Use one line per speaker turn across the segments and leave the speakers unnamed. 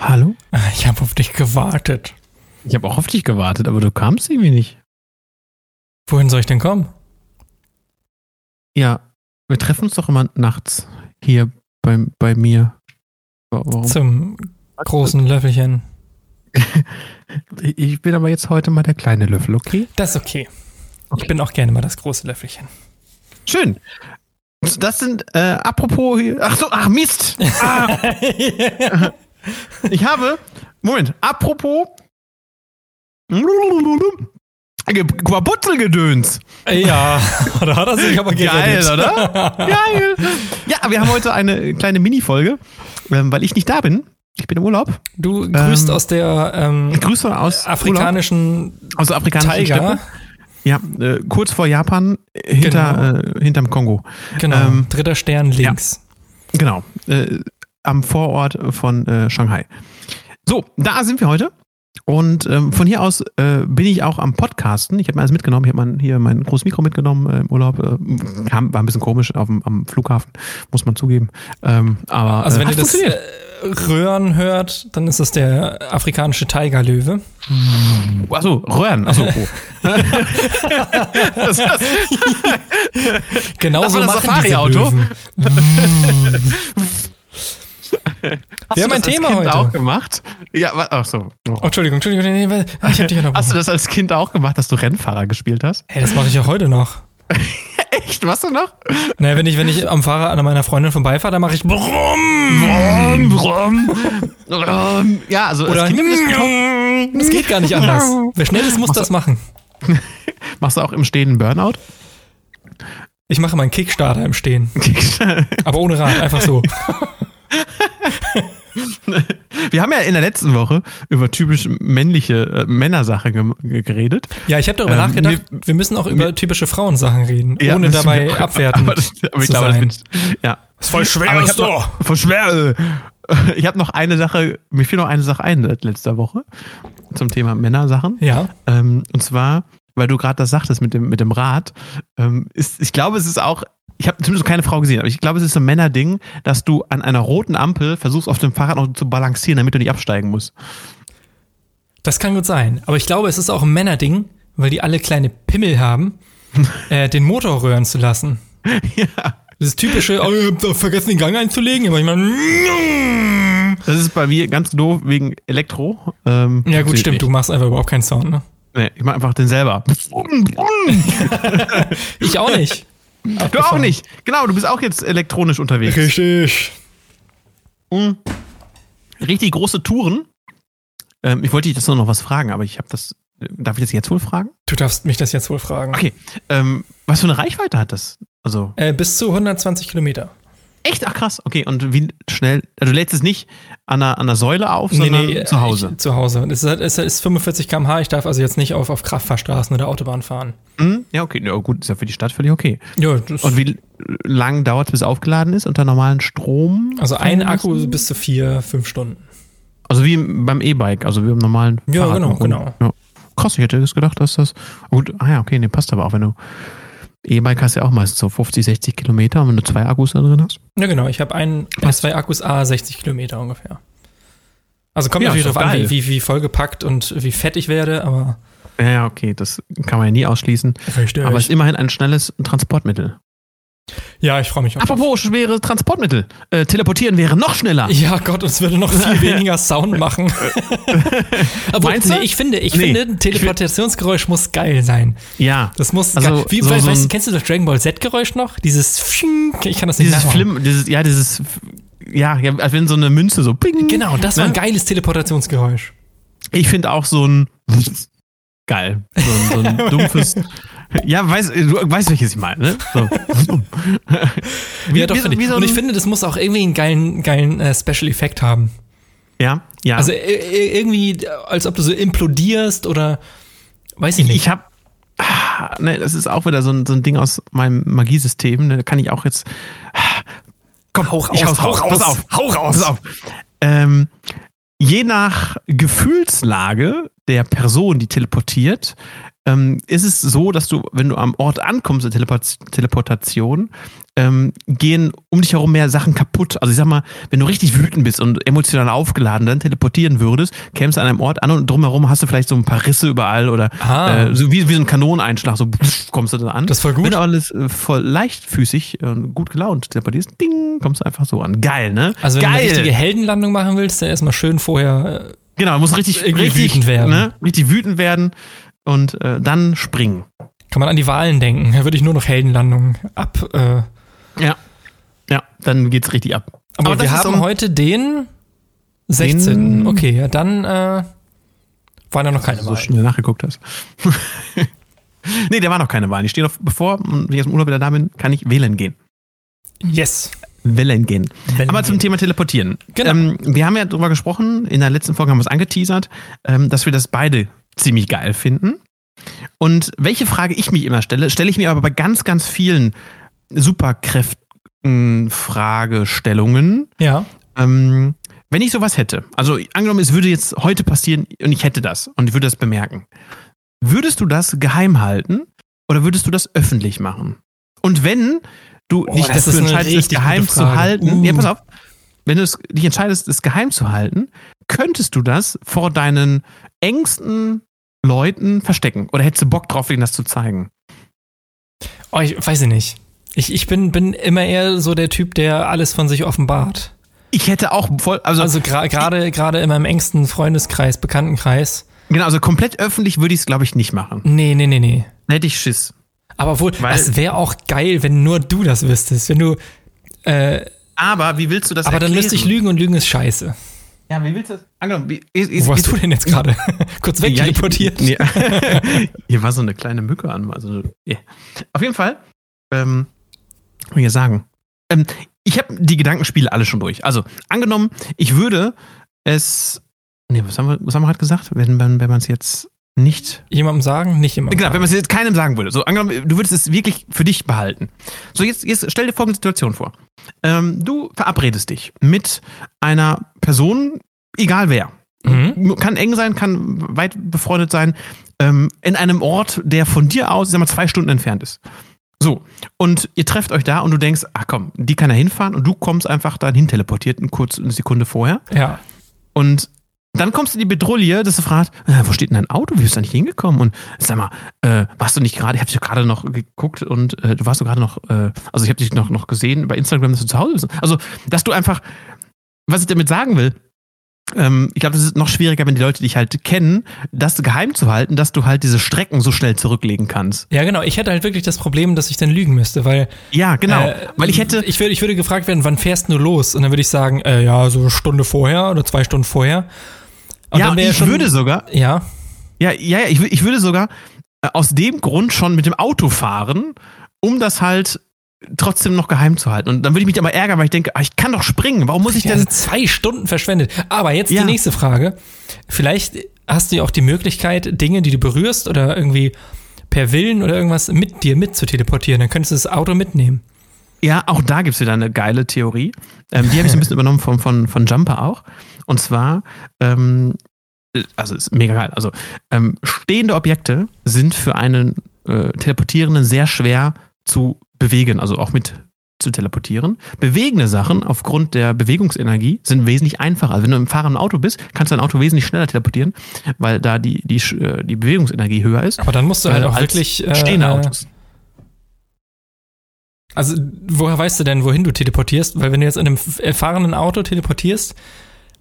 Ah, gewartet.
Ich habe auch auf dich gewartet, aber du kamst irgendwie nicht.
Wohin soll ich denn kommen?
Ja, wir treffen uns doch immer nachts hier bei, bei mir. Wa- Warum?
Zum großen Löffelchen.
Ich bin aber jetzt heute mal der kleine Löffel, okay?
Das ist okay. Ich bin auch gerne mal das große Löffelchen.
Schön. Das sind, äh, apropos, hier- ach so, ach Mist. Ah, ich habe, Moment, apropos, Quaputzelgedöns.
ja, da hat er sich aber
Geil,
gerettet.
oder? Geil. Ja, wir haben heute eine kleine Mini-Folge, ähm, weil ich nicht da bin. Ich bin im Urlaub.
Du grüßt
Ähm,
aus der ähm,
Grüße aus Urlaub,
afrikanischen
aus der afrikanischen
Tiger.
Steppe. Ja, äh, kurz vor Japan, äh, hinter, äh, hinterm Kongo.
Genau,
Ähm,
dritter Stern links.
Genau. Äh, am Vorort von äh, Shanghai. So, da sind wir heute. Und ähm, von hier aus äh, bin ich auch am Podcasten. Ich habe mir alles mitgenommen. Ich habe mein, hier mein großes Mikro mitgenommen äh, im Urlaub. Äh, kam, war ein bisschen komisch auf dem, am Flughafen, muss man zugeben. Ähm, aber
Also wenn
hat
ihr das
funktioniert.
äh, Röhren hört, dann ist das der afrikanische Tigerlöwe. äh,
Achso, Röhren. Achso, oh. das, das,
Genauso
Das war das
Genau machen diese
Safari-Auto.
Löwen.
hast du
haben ein
das als
Thema
kind
heute.
auch gemacht? Ja, wa- ach so.
Oh, Entschuldigung, Entschuldigung, nee, nee, ich hab dich
Hast du
unterbrochen.
das als Kind auch gemacht, dass du Rennfahrer gespielt hast?
Hey, das mache ich auch heute noch.
Echt? Was du noch?
Naja, wenn ich, wenn ich am Fahrrad an meiner Freundin vorbeifahre, dann mache ich Brumm.
Brumm, brumm, brumm. Ja, also
Oder
als Kind hab ich das gemacht.
Das geht gar nicht anders. Wer schnell ist, muss das machen.
machst du auch im Stehen einen Burnout?
Ich mache meinen Kickstarter im Stehen. Aber ohne Rad, einfach so.
Wir haben ja in der letzten Woche über typisch männliche äh, Männersache gem- ge- geredet.
Ja, ich habe darüber
Ähm,
nachgedacht, wir müssen auch über typische Frauensachen reden,
Ja,
ohne
müssen
dabei
wir-
abwerten.
Aber, das, aber ich
zu
glaube, das
sein.
bin ich, ja.
ist voll schwer,
Aber ich
ist
hab noch, voll schwer. äh. Ich habe noch eine Sache, mir fiel noch eine Sache ein seit letzter Woche zum Thema Männersachen.
Ja.
Ähm, und zwar, weil du gerade das sagtest mit dem, mit dem Rad, ähm, ist, ich glaube, es ist auch, ich habe zumindest keine Frau gesehen, aber ich glaube, es ist so ein Männerding, dass du an einer roten Ampel versuchst, auf dem Fahrrad noch zu balancieren, damit du nicht absteigen musst.
Das kann gut sein. Aber ich glaube, es ist auch ein Männerding, weil die alle kleine Pimmel haben, äh, den Motor röhren zu lassen.
ja.
Das ist typische, oh, ihr habt doch vergessen, den Gang einzulegen. Aber ich meine,
Das ist bei mir ganz doof wegen Elektro. Ähm,
ja gut,
funktioniert
stimmt, du
nicht.
machst einfach überhaupt keinen Sound, ne?
Nee, ich mach einfach den selber. du
Ich auch nicht.
auch nicht. Genau, du bist auch jetzt elektronisch unterwegs. Mhm.
Richtig.
Richtig große Touren. Ähm, ich wollte dich das nur noch was fragen, aber ich habe das. äh, Darf ich das jetzt wohl fragen?
Du darfst mich das jetzt wohl fragen.
Okay. Ähm, was für eine Reichweite hat das? Also
Äh, bis zu 120 Kilometer.
Echt? Ach krass. Okay, und wie schnell, also du lädst es nicht an einer, an einer Säule auf,
Nee,
sondern
nee,
zu Hause.
Ich, zu Hause. Es ist, es ist 45 km/h. Ich darf also jetzt nicht auf, auf Kraftfahrstraßen oder Autobahn fahren.
Hm? Ja, okay. Ja, gut, ist ja für die Stadt völlig okay.
Ja, das
Und wie lang dauert es, bis aufgeladen ist unter normalen Strom?
also ein Akku bis zu vier, fünf Stunden.
Also wie im- beim E-Bike, also wie im normalen
Ja,
Fahrrad.
genau, genau.
Ja. Krass, ich hätte das gedacht, dass das. Gut, ah ja, okay, nee, passt aber auch, wenn du. E-Bike hast ja auch meistens so 50, 60 Kilometer, und wenn du zwei Akkus da drin hast.
Ja, genau. Ich habe einen, äh, zwei Akkus A, 60 Kilometer ungefähr. Also kommt
Ja,
natürlich
ist
darauf
doch
an, wie,
geil.
wie, wie vollgepackt und wie fett ich werde, aber.
Ja, ja, okay, das kann man ja nie ausschließen.
Richtig.
Aber es ist immerhin ein schnelles Transportmittel.
ja, ich freue mich. auch.
Apropos schwere Transportmittel. Äh, teleportieren wäre noch schneller.
Ja, Gott, es würde noch viel weniger Sound machen. Äh, Obwohl,
Meinst du?
Nee, ich finde, ich
Nee.
finde, ein Teleportationsgeräusch muss geil sein.
Ja.
Das muss
Also,
geil- wie,
so-
weißt,
so
weißt,
ein-
kennst du das Dragon Ball Z-Geräusch noch? Dieses Fsching, ich kann das nicht
Dieses
nachmachen.
Flim, dieses, ja, dieses, ja, ja, als wenn so eine Münze so ping.
Genau, das war ein geiles Teleportationsgeräusch.
Ich finde auch so ein geil. So ein, so ein dumpfes. Ja, weiß, du weißt, welches ich meine, ne? So.
ja, doch, finde ich.
so
Und ich
ein-
finde, das muss auch irgendwie einen geilen, geilen äh, Special Effekt haben.
ja, ja.
Also äh, äh, irgendwie, äh, als ob du so implodierst oder weiß ich nicht.
Ich habe, ah, ne, das ist auch wieder so ein, so ein Ding aus meinem Magiesystem. Ne, da kann ich auch jetzt. ah, Komm,
Hauch
ich
raus,
hau's
hauch
Pass
raus,
auf, hau raus, pass auf. Ähm, je nach Gefühlslage der Person, die teleportiert, ähm, ist es so, dass du, wenn du am Ort ankommst, der Teleport Teleportation, ähm, gehen um dich herum mehr Sachen kaputt. Also ich sag mal, wenn du richtig wütend bist und emotional aufgeladen dann teleportieren würdest, kämst du an einem Ort an und drumherum hast du vielleicht so ein paar Risse überall oder
Ah.
äh, so wie, wie so ein Kanoneneinschlag, so pff, kommst du da an.
Das ist voll gut.
Wenn du alles äh, voll leichtfüßig und gut gelaunt teleportierst, ding, kommst du einfach so an. Geil, ne?
Also wenn du eine
Geil!
richtige Heldenlandung machen willst, dann erstmal schön vorher. äh,
genau, muss richtig,
irgendwie
richtig
wütend werden.
Ne? Richtig wütend werden und äh, dann springen.
Äh, kann man an die Wahlen denken. Da würde ich nur noch Heldenlandungen ab. Äh. Aber,
Ja. Ja, dann geht's richtig ab. das
wir
ist um
haben
so ein-
heute den 16. okay, ja, dann äh, waren da noch keine
so
Wahlen.
schnell nachgeguckt hast. nee, der war noch keine Wahl. Die stehen noch bevor, und wenn ich aus dem Urlaub wieder da bin, kann ich wählen gehen.
Yes.
Wählen gehen.
Wählen
Aber zum
gehen.
Thema Teleportieren.
Genau.
Ähm, wir haben ja drüber gesprochen, in der letzten Folge haben wir es angeteasert, ähm, dass wir das beide ziemlich geil finden. Und welche Frage ich mich immer stelle, stelle ich mir aber bei ganz, ganz vielen Superkräften Fragestellungen.
Ja.
Ähm, wenn ich sowas hätte, also angenommen, es würde jetzt heute passieren und ich hätte das und ich würde das bemerken, würdest du das geheim halten oder würdest du das öffentlich machen? Und wenn du
Boah,
dich
das ist
dafür
eine
entscheidest, es
richtig
geheim
gute
zu
Frage.
halten,
Uh.
ja, pass auf, wenn du es, dich entscheidest, es geheim zu halten, könntest du das vor deinen engsten Leuten verstecken oder hättest du Bock drauf, ihnen das zu zeigen?
Oh, ich weiß ich nicht. Ich, ich bin, bin immer eher so der Typ, der alles von sich offenbart.
Ich hätte auch voll, also,
Also gra- gerade gerade in meinem engsten Freundeskreis, Bekanntenkreis.
genau, also komplett öffentlich würde ich es, glaube ich, nicht machen.
Nee, nee, nee, nee.
Da hätte ich Schiss.
Aber obwohl,
Weil-
das wäre auch geil, wenn nur du das wüsstest. Wenn du, äh,
Aber wie willst du das
aber dann müsste
erklären?
ich lügen und Lügen ist scheiße.
Ja, wie willst du das? Angenommen, wie, ist,
Wo
ist,
warst
ist,
du denn jetzt gerade? Kurz
Ja, ich-
wegteleportiert.
Ja. Hier war so eine kleine Mücke an. Also, so- ja. Auf jeden Fall, ähm, was will ich jetzt sagen? Ähm, ich habe die Gedankenspiele alle schon durch. Also, angenommen, ich würde es. Nee, was haben wir, was haben wir gerade gesagt? Wenn man wenn man es jetzt nicht.
Jemandem sagen? Nicht immer.
Genau, wenn man es jetzt keinem sagen würde. So, angenommen, du würdest es wirklich für dich behalten. So, jetzt, jetzt stell dir folgende Situation vor. Ähm, du verabredest dich mit einer Person, egal wer.
Mhm.
kann eng sein, kann weit befreundet sein, ähm, in einem Ort, der von dir aus, ich sag mal, zwei Stunden entfernt ist. So, und ihr trefft euch da und du denkst, ach komm, die kann ja hinfahren und du kommst einfach dahin teleportiert, eine kurz eine Sekunde vorher.
Ja.
Und dann kommst du in die Bedrulle, dass du fragst, äh, wo steht denn dein Auto? Wie bist du da nicht hingekommen? Und sag mal, äh, warst du nicht gerade, ich hab dich gerade noch geguckt und äh, du warst doch gerade noch, äh, also ich hab dich noch, noch gesehen bei Instagram, dass du zu Hause bist. Also, dass du einfach, was ich damit sagen will, ähm, ich glaube, das ist noch schwieriger, wenn die Leute dich halt kennen, das geheim zu halten, dass du halt diese Strecken so schnell zurücklegen kannst.
Ja, genau. Ich hätte halt wirklich das Problem, dass ich dann lügen müsste, weil.
Ja, genau.
äh,
Weil ich hätte,
Ich würde, ich würde gefragt werden, wann fährst du los? Und dann würde ich sagen, äh, ja, so eine Stunde vorher oder zwei Stunden vorher. Und
ja,
dann wär
ich
schon-
würde sogar,
Ja.
Ja, ja, ja ich, wü- ich würde sogar äh, aus dem Grund schon mit dem Auto fahren, um das halt trotzdem noch geheim zu halten. Und dann würde ich mich aber ärgern, weil ich denke, ah, ich kann doch springen. Warum muss ich
Ja,
denn?
also zwei Stunden verschwendet. Aber jetzt
Ja.
die nächste Frage. Vielleicht hast du ja auch die Möglichkeit, Dinge, die du berührst oder irgendwie per Willen oder irgendwas mit dir mit zu teleportieren. Dann könntest du das Auto mitnehmen.
Ja, auch da gibt's wieder eine geile Theorie. Ähm, die habe ich so ein bisschen übernommen von, von, von Jumper auch. Und zwar, ähm, äh, also ist mega geil. Also ähm, stehende Objekte sind für einen äh, Teleportierenden sehr schwer zu bewegen, also auch mit zu teleportieren. Bewegende Sachen aufgrund der Bewegungsenergie sind wesentlich einfacher. Also wenn du im fahrenden Auto bist, kannst du dein Auto wesentlich schneller teleportieren, weil da die, die, Sch- äh, die Bewegungsenergie höher ist.
Aber dann musst du halt
Äh,
auch
als
wirklich. äh,
Stehende
äh,
Autos.
Also, woher weißt du denn, wohin du teleportierst? Weil, wenn du jetzt in einem f- äh, fahrenden Auto teleportierst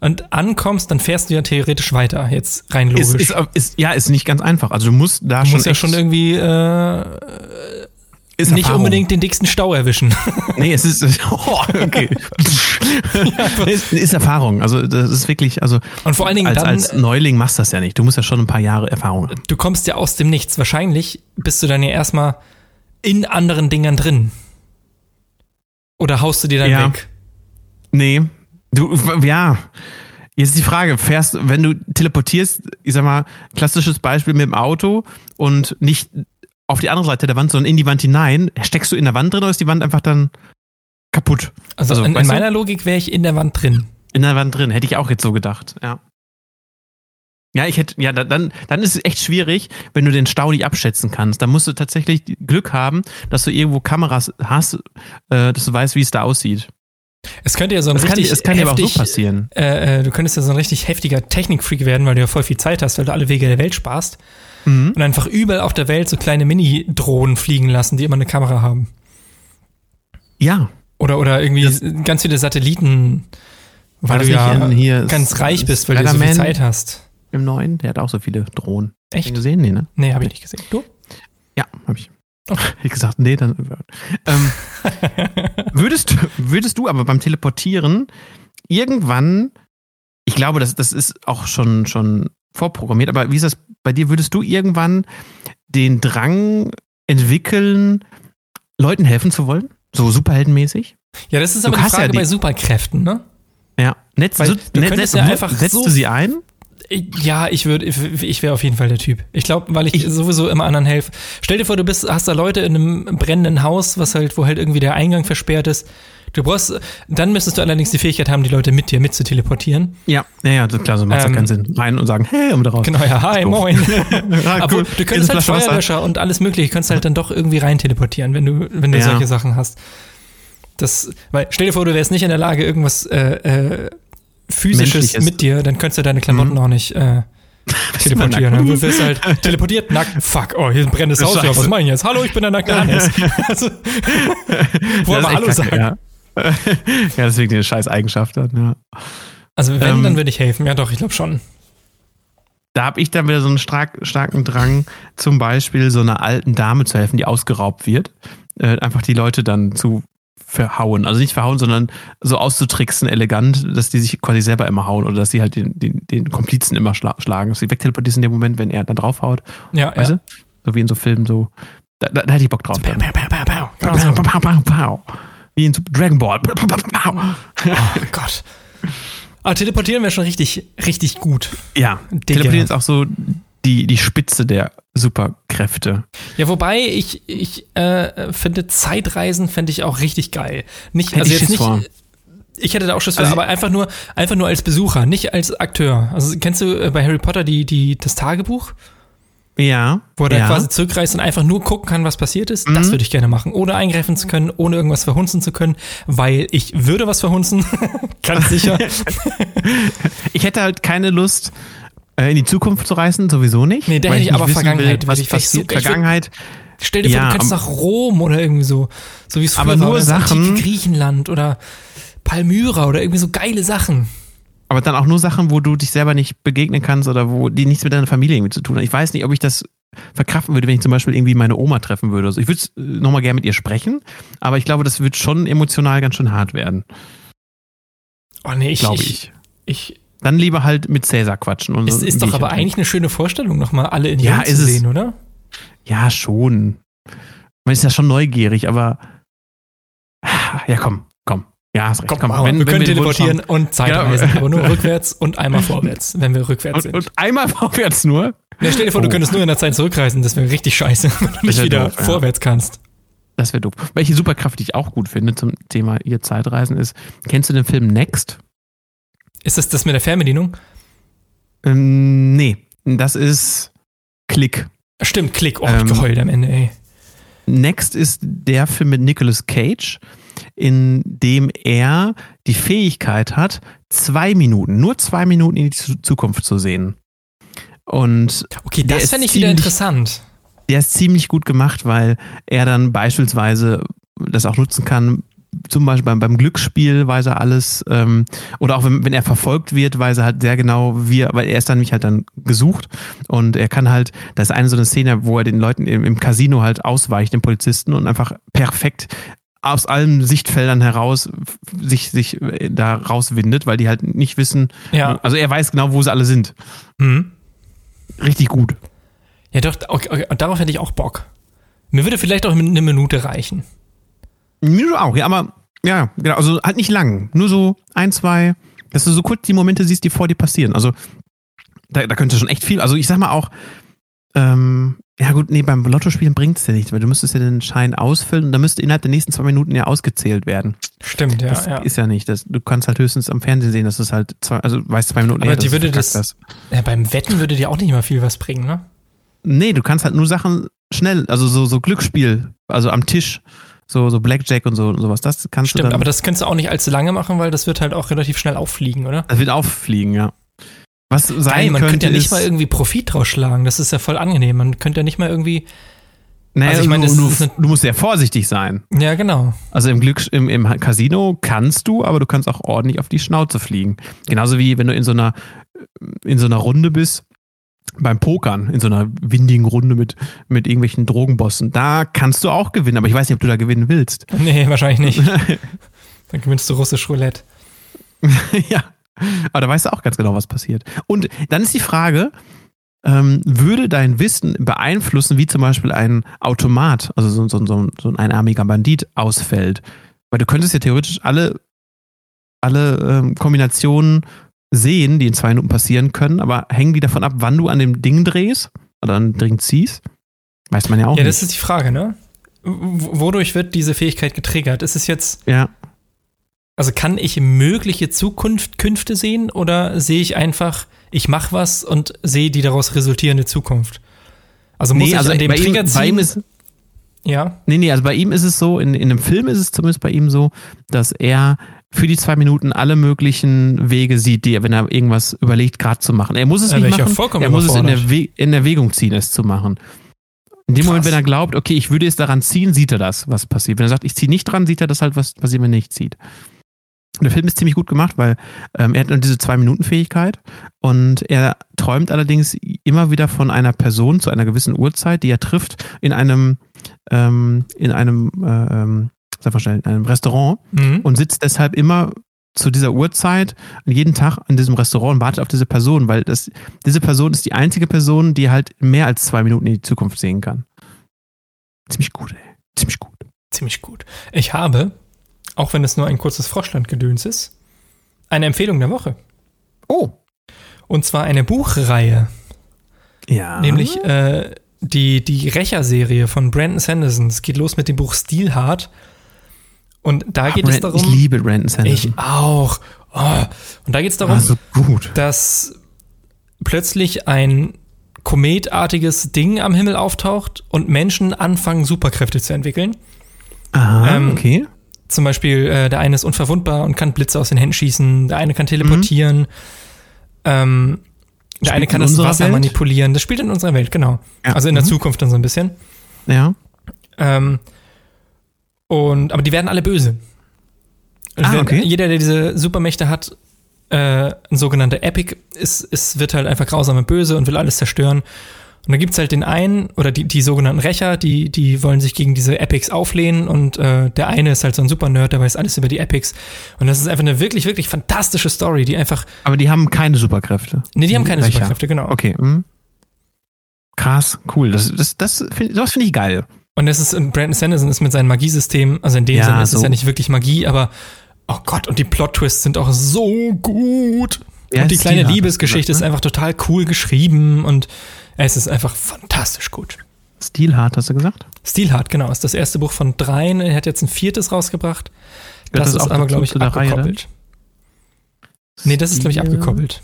und ankommst, dann fährst du ja theoretisch weiter. Jetzt rein logisch.
Ist, ist, ist, ja, ist nicht ganz einfach. Also du musst da
du
schon,
musst ja
echt-
schon irgendwie äh,
ist
nicht
Erfahrung.
unbedingt den dicksten Stau erwischen.
Nee, es ist. Oh, okay. ist, ist Erfahrung. Also, das ist wirklich. Also,
Und vor allen Dingen
als,
dann
als Neuling machst du das ja nicht. Du musst ja schon ein paar Jahre Erfahrung haben.
du kommst ja aus dem Nichts. Wahrscheinlich bist du dann ja erstmal in anderen Dingern drin. Oder haust du dir dann
Ja.
weg?
Nee. Du, ja. Jetzt ist die Frage, fährst, wenn du teleportierst, ich sag mal, klassisches Beispiel mit dem Auto und nicht auf die andere Seite der Wand, sondern in die Wand hinein, steckst du in der Wand drin oder ist die Wand einfach dann kaputt?
Also,
Also,
in, in
weißt du?
meiner Logik wäre ich in der Wand drin.
In der Wand drin, hätte ich auch jetzt so gedacht, ja. Ja, ich hätte, ja, da- dann, dann ist es echt schwierig, wenn du den Stau nicht abschätzen kannst. Dann musst du tatsächlich Glück haben, dass du irgendwo Kameras hast, äh, dass du weißt, wie es da aussieht.
Es könnte ja so ein
Das kann,
richtig
es kann ja aber auch so
heftig,
passieren.
äh, äh, du könntest ja so ein richtig heftiger Technikfreak werden, weil du ja voll viel Zeit hast, weil du alle Wege der Welt sparst
Mhm.
und einfach überall auf der Welt so kleine Mini-Drohnen fliegen lassen, die immer eine Kamera haben.
Ja.
Oder, oder irgendwie
Das-
ganz viele Satelliten, weil
das
du
nicht
ja
in hier
ganz
S-
reich bist, weil du so viel
Spider-Man
Zeit hast.
Im neuen, der hat auch so viele Drohnen. Hast du
Echt?
gesehen? Nee, ne?
Nee, habe ich nicht gesehen. Du?
Ja, habe ich. Ich gesagt, nee, dann. Ähm, würdest, du- würdest du aber beim Teleportieren irgendwann, ich glaube, das, das ist auch schon, schon vorprogrammiert, aber wie ist das bei dir? Würdest du irgendwann den Drang entwickeln, Leuten helfen zu wollen? So superheldenmäßig?
Ja, das ist
Du
aber die
hast ja
Frage
die-
bei Superkräften, ne?
Ja. Netz,
Weil
so,
du
net-
könntest
net-
ja einfach
setzt
so-
du sie ein?
Ja, ich würde, ich wäre auf jeden Fall der Typ. Ich glaube, weil ich,
Ich-
sowieso immer anderen helfe. Stell dir vor, du bist, hast da Leute in einem brennenden Haus, was halt, wo halt irgendwie der Eingang versperrt ist. Du brauchst, dann müsstest du allerdings die Fähigkeit haben, die Leute mit dir mitzuteleportieren.
Ja, naja, das, klar, so macht ja
Ähm,
keinen Sinn. Rein und sagen, hey, und wieder raus.
Genau, ja, hi,
doof.
moin.
Ja,
Aber
cool.
du
Hier ist
könntest
eine
halt
Flasche Wasser.
Feuerlöscher und alles mögliche, kannst halt dann doch irgendwie rein teleportieren, wenn du, wenn du
Ja.
solche Sachen hast. Das, weil, stell dir vor, du wärst nicht in der Lage, irgendwas äh, äh, physisches
Menschliches. Mhm.
mit dir, dann könntest du deine Klamotten auch nicht äh, teleportieren.
nackt.
Dann wirst du halt teleportiert, nackt, fuck, oh, hier ist ein brennendes Haus, ja,
Scheiße.
was mach ich denn jetzt? Hallo, ich bin der nackte Hannes. also, wo
Das
aber
ist
Hallo
echt
sagen.
kacke, Ja. ja, deswegen die scheiß Eigenschaft hat, ja.
Also wenn,
Ähm,
dann würde ich helfen. Ja doch, ich glaube schon.
Da habe ich dann wieder so einen stark, starken Drang, zum Beispiel so einer alten Dame zu helfen, die ausgeraubt wird. Äh, einfach die Leute dann zu verhauen. Also nicht verhauen, sondern so auszutricksen, elegant, dass die sich quasi selber immer hauen oder dass sie halt den, den, den Komplizen immer schla schlagen. Dass sie wegteleportiert in dem Moment, wenn er dann draufhaut.
Ja,
Weißt
ja.
du? So wie in so Filmen so. Da, da, da hätte ich Bock drauf. Dann.
Pow, pow, pow, pow. Genau so.
Pow, pow, pow, pow. Wie in Super- Dragon Ball. Pow, pow, pow, pow.
Oh Gott. Aber teleportieren wäre schon richtig, richtig gut.
Ja,
Digga.
Teleportieren ist auch so die, die Spitze der Superkräfte.
Ja, wobei ich, ich äh, finde, Zeitreisen fände ich auch richtig geil. Nicht,
Hätte
also
ich
jetzt nicht,
Schiss vor.
ich hätte da auch Schiss vor,
Also-
aber einfach nur, einfach nur als Besucher, nicht als Akteur. Also kennst du äh, bei Harry Potter die, die, das Tagebuch,
Ja.
wo er da
ja. Mhm.
quasi zurückreist und einfach nur gucken kann, was passiert ist? Das würde ich gerne machen. Ohne eingreifen zu können, ohne irgendwas verhunzen zu können, weil ich würde was verhunzen. Ganz sicher.
Ich hätte halt keine Lust, äh, in die Zukunft zu reisen, sowieso nicht.
Nee, da
weil
hätte ich
nicht
aber
wissen
Vergangenheit,
will,
weil
was
ich
passiert.
versuche- ich will-
Vergangenheit.
Stell dir vor,
Ja,
du könntest
am-
nach Rom oder irgendwie so, so wie es früher
Aber nur
oder ins antike
Sachen-
Griechenland oder Palmyra oder irgendwie so geile Sachen.
Aber dann auch nur Sachen, wo du dich selber nicht begegnen kannst oder wo die nichts mit deiner Familie irgendwie zu tun haben. Ich weiß nicht, ob ich das verkraften würde, wenn ich zum Beispiel irgendwie meine Oma treffen würde. Also ich würde nochmal gerne mit ihr sprechen, aber ich glaube, das wird schon emotional ganz schön hart werden,
Oh nee, ich
glaube
ich.
ich.
ich
Dann lieber halt mit Cäsar quatschen. Und
es
so ein
ist doch
Bierchen
aber
trinken.
eigentlich eine schöne Vorstellung, nochmal alle in
Ja,
Rom
ist
zu
es.
sehen, oder?
Ja, schon. Man ist ja schon neugierig, aber Ah, ja, komm, komm. Ja, hast recht.
Komm, komm wir können
den Wunsch
teleportieren und Zeitreisen,
Ja.
aber nur rückwärts und einmal vorwärts, wenn wir rückwärts
haben. Und,
sind.
und einmal vorwärts nur.
ja, stell dir vor, du
Oh.
könntest nur in der Zeit zurückreisen, das wäre richtig scheiße, wenn du nicht
wär
wieder
doof, ja.
vorwärts kannst.
Das wäre doof. Welche Superkraft, die ich auch gut finde zum Thema ihr Zeitreisen ist, kennst du den Film Next?
Ist das das mit der Fernbedienung?
Ähm, nee, das ist Klick.
Stimmt, Klick, oh, hab ich
Ähm,
geheult am Ende, ey.
Next ist der Film mit Nicolas Cage, in dem er die Fähigkeit hat, zwei Minuten, nur zwei Minuten in die Zu- Zukunft zu sehen. Und
Okay,
der
das
ist
fände ich wieder
ziemlich-
interessant.
der ist ziemlich gut gemacht, weil er dann beispielsweise das auch nutzen kann. Zum Beispiel beim, beim Glücksspiel weiß er alles. Ähm, oder auch wenn, wenn er verfolgt wird, weiß er halt sehr genau, wie er, weil er ist dann mich halt dann gesucht. Und er kann halt, das ist eine so eine Szene, wo er den Leuten im, im Casino halt ausweicht, den Polizisten, und einfach perfekt aus allen Sichtfeldern heraus f- sich, sich äh, da rauswindet, weil die halt nicht wissen,
Ja.
also er weiß genau, wo sie alle sind.
Hm.
Richtig gut.
Ja, doch, okay, okay, und darauf hätte ich auch Bock. Mir würde vielleicht auch eine Minute reichen.
Mir auch, ja, aber ja, genau, also halt nicht lang. Nur so ein, zwei, dass du so kurz die Momente siehst, die vor dir passieren. Also da, da könnte schon echt viel. Also ich sag mal auch, Ähm, ja gut, nee, beim Lottospielen bringt's dir nichts, weil du müsstest ja den Schein ausfüllen und dann müsste innerhalb der nächsten zwei Minuten ja ausgezählt werden.
Stimmt, ja.
das
ja.
ist ja nicht. Das, du kannst halt höchstens am Fernsehen sehen, dass du es halt zwei, also du weißt zwei Minuten
Aber
eher, dass
die
du
würde
verkackt
das-
hast.
ja. Beim Wetten würde dir auch nicht mal viel was bringen, ne?
Nee, du kannst halt nur Sachen schnell, also so, so Glücksspiel, also am Tisch, so, so Blackjack und so sowas. Das kannst du
Stimmt,
dann.
aber das kannst du auch nicht allzu lange machen, weil das wird halt auch relativ schnell auffliegen, oder?
das wird auffliegen, ja. Was sein
Nein, man
könnte,
könnte ja nicht
ist,
mal irgendwie Profit draus schlagen. Das ist ja voll angenehm. Man könnte ja nicht mal irgendwie.
naja,
also ich meine, das
du,
ist
du,
eine-
du musst sehr vorsichtig sein.
Ja, genau.
Also im Glück, im, im Casino kannst du, aber du kannst auch ordentlich auf die Schnauze fliegen. Genauso wie wenn du in so einer, in so einer Runde bist, beim Pokern, in so einer windigen Runde mit, mit irgendwelchen Drogenbossen. Da kannst du auch gewinnen, aber ich weiß nicht, ob du da gewinnen willst.
Nee, wahrscheinlich nicht. Dann gewinnst du russisch Roulette.
ja. Aber da weißt du auch ganz genau, was passiert. Und dann ist die Frage, ähm, würde dein Wissen beeinflussen, wie zum Beispiel ein Automat, also so, so, so, so ein einarmiger Bandit ausfällt? Weil du könntest ja theoretisch alle, alle ähm, Kombinationen sehen, die in zwei Minuten passieren können, aber hängen die davon ab, wann du an dem Ding drehst oder an dem Ding ziehst? Weiß man ja auch
ja, das
nicht.
ist die Frage, ne? W wodurch wird diese Fähigkeit getriggert? Ist es jetzt,
Ja,
also kann ich mögliche Zukunft, Künfte sehen oder sehe ich einfach, ich mache was und sehe die daraus resultierende Zukunft? Also muss ich an dem
bei, ihm,
Trigger
bei
ziehen?
ihm ist,
ja,
Nee, nee, also bei ihm ist es so, in, in einem Film ist es zumindest bei ihm so, dass er für die zwei Minuten alle möglichen Wege sieht, die er, wenn er irgendwas überlegt, gerade zu machen. Er muss es
Ja,
nicht
wäre ich ja
machen,
vollkommen
er muss es in,
überfordert.
Erwäg- in Erwägung ziehen, es zu machen. In dem Moment,
Krass.
wenn er glaubt, okay, ich würde jetzt daran ziehen, sieht er das, was passiert. Wenn er sagt, ich ziehe nicht dran, sieht er das halt, was passiert, wenn er nicht zieht. Und der Film ist ziemlich gut gemacht, weil ähm, er hat nur diese Zwei-Minuten-Fähigkeit und er träumt allerdings immer wieder von einer Person zu einer gewissen Uhrzeit, die er trifft, in einem, ähm, in einem, äh, ähm, sag mal schnell, in einem Restaurant
mhm.
und sitzt deshalb immer zu dieser Uhrzeit jeden Tag in diesem Restaurant und wartet auf diese Person, weil das, diese Person ist die einzige Person, die halt mehr als zwei Minuten in die Zukunft sehen kann. Ziemlich gut, ey. Ziemlich gut.
ziemlich gut. Ich habe, auch wenn es nur ein kurzes Froschlandgedöns ist, eine Empfehlung der Woche.
Oh.
Und zwar eine Buchreihe,
Ja.
nämlich äh, die, die Rächer-Serie von Brandon Sanderson. Es geht los mit dem Buch Steelheart. Und da geht es
Brandon-
darum.
Ich liebe Brandon Sanderson.
Ich auch. Oh. Und da geht es darum,
Ah, so gut.
dass plötzlich ein kometartiges Ding am Himmel auftaucht und Menschen anfangen, Superkräfte zu entwickeln.
Aha,
ähm,
okay.
Zum Beispiel, äh, der eine ist unverwundbar und kann Blitze aus den Händen schießen, der eine kann teleportieren, ähm, der
Spielt
eine kann
in
das
unserer
Wasser
Welt?
manipulieren. Das spielt in unserer Welt, genau.
Ja,
Also in der
mhm.
Zukunft dann so ein bisschen.
Ja.
Ähm, und, aber die werden alle böse. Und
Ah,
wenn-
okay.
Jeder, der diese Supermächte hat, äh, ein sogenannter Epic, ist, ist, wird halt einfach grausam und böse und will alles zerstören. Und da gibt's halt den einen, oder die, die sogenannten Rächer, die, die wollen sich gegen diese Epics auflehnen und äh, der eine ist halt so ein Super-Nerd, der weiß alles über die Epics. Und das ist einfach eine wirklich, wirklich fantastische Story, die einfach.
Aber die haben keine Superkräfte.
Nee, die haben keine
Rächer.
Superkräfte, genau.
Okay. hm. Krass, cool. Das, das, das find, sowas finde ich geil.
Und das ist, und Brandon Sanderson ist mit seinem Magiesystem, also in dem
Ja,
Sinne ist es
so.
ja nicht wirklich Magie, aber oh Gott, und die Plot-Twists sind auch so gut.
Ja,
und die kleine
Stil hat-
Liebesgeschichte ist einfach total cool geschrieben und es ist einfach fantastisch gut.
Stilhart, hast du gesagt?
Steelheart, genau, ist das erste Buch von dreien. Er hat jetzt ein viertes rausgebracht.
Gehört
das, ist aber,
dazu
glaube ich,
zu der Reihe dann?
abgekoppelt. nee, das ist, glaube ich, abgekoppelt.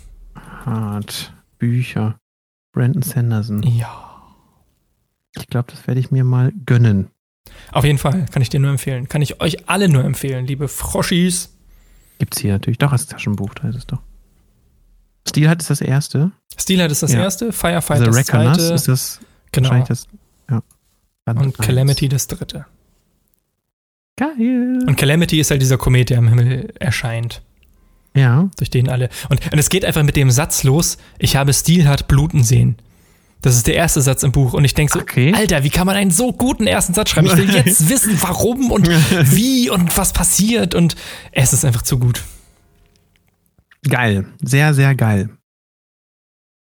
Hart. Bücher. Brandon Sanderson.
Ja.
Ich glaube, das werde ich mir mal gönnen.
Auf jeden Fall, kann ich dir nur empfehlen. Kann ich euch alle nur empfehlen, liebe Froschis.
Gibt's hier natürlich doch als Taschenbuch, da ist es doch. Stilhart ist das erste.
Steelheart ist das
Ja.
erste, Firefight
The
das
Reckoners
zweite.
ist das
genau.
wahrscheinlich das. Ja. Band
Und
eins.
Calamity das dritte.
Geil.
Und Calamity ist halt dieser Komet, der am Himmel erscheint,
ja.
durch den alle. Und, und es geht einfach mit dem Satz los: Ich habe Steelheart bluten sehen. Das ist der erste Satz im Buch. Und ich denke so:
Okay.
Alter, wie kann man einen so guten ersten Satz schreiben? Ich will jetzt wissen, warum und wie und was passiert. Und es ist einfach zu gut.
Geil. Sehr, sehr geil.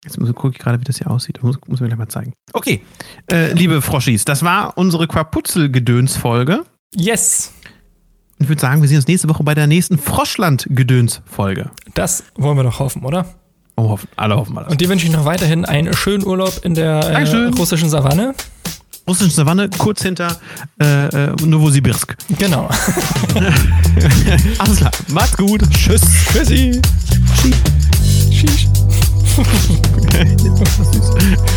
Jetzt muss- gucke ich gerade, wie das hier aussieht. Muss, muss mir gleich mal zeigen. Okay, äh, liebe Froschis, das war unsere Quaputzel-Gedöns-Folge.
Yes,
Und ich würde sagen, wir sehen uns nächste Woche bei der nächsten Froschland-Gedöns-Folge.
das wollen wir doch hoffen, oder?
Oh, hoffen, alle hoffen mal das.
Und dir wünsche ich noch weiterhin einen schönen Urlaub in der äh,
Dankeschön.
russischen Savanne.
Russische Savanne, kurz hinter äh, äh, Novosibirsk.
Genau.
Alles klar. Macht's gut. Tschüss. Tschüssi. Tschüss. Tschüss. Süß.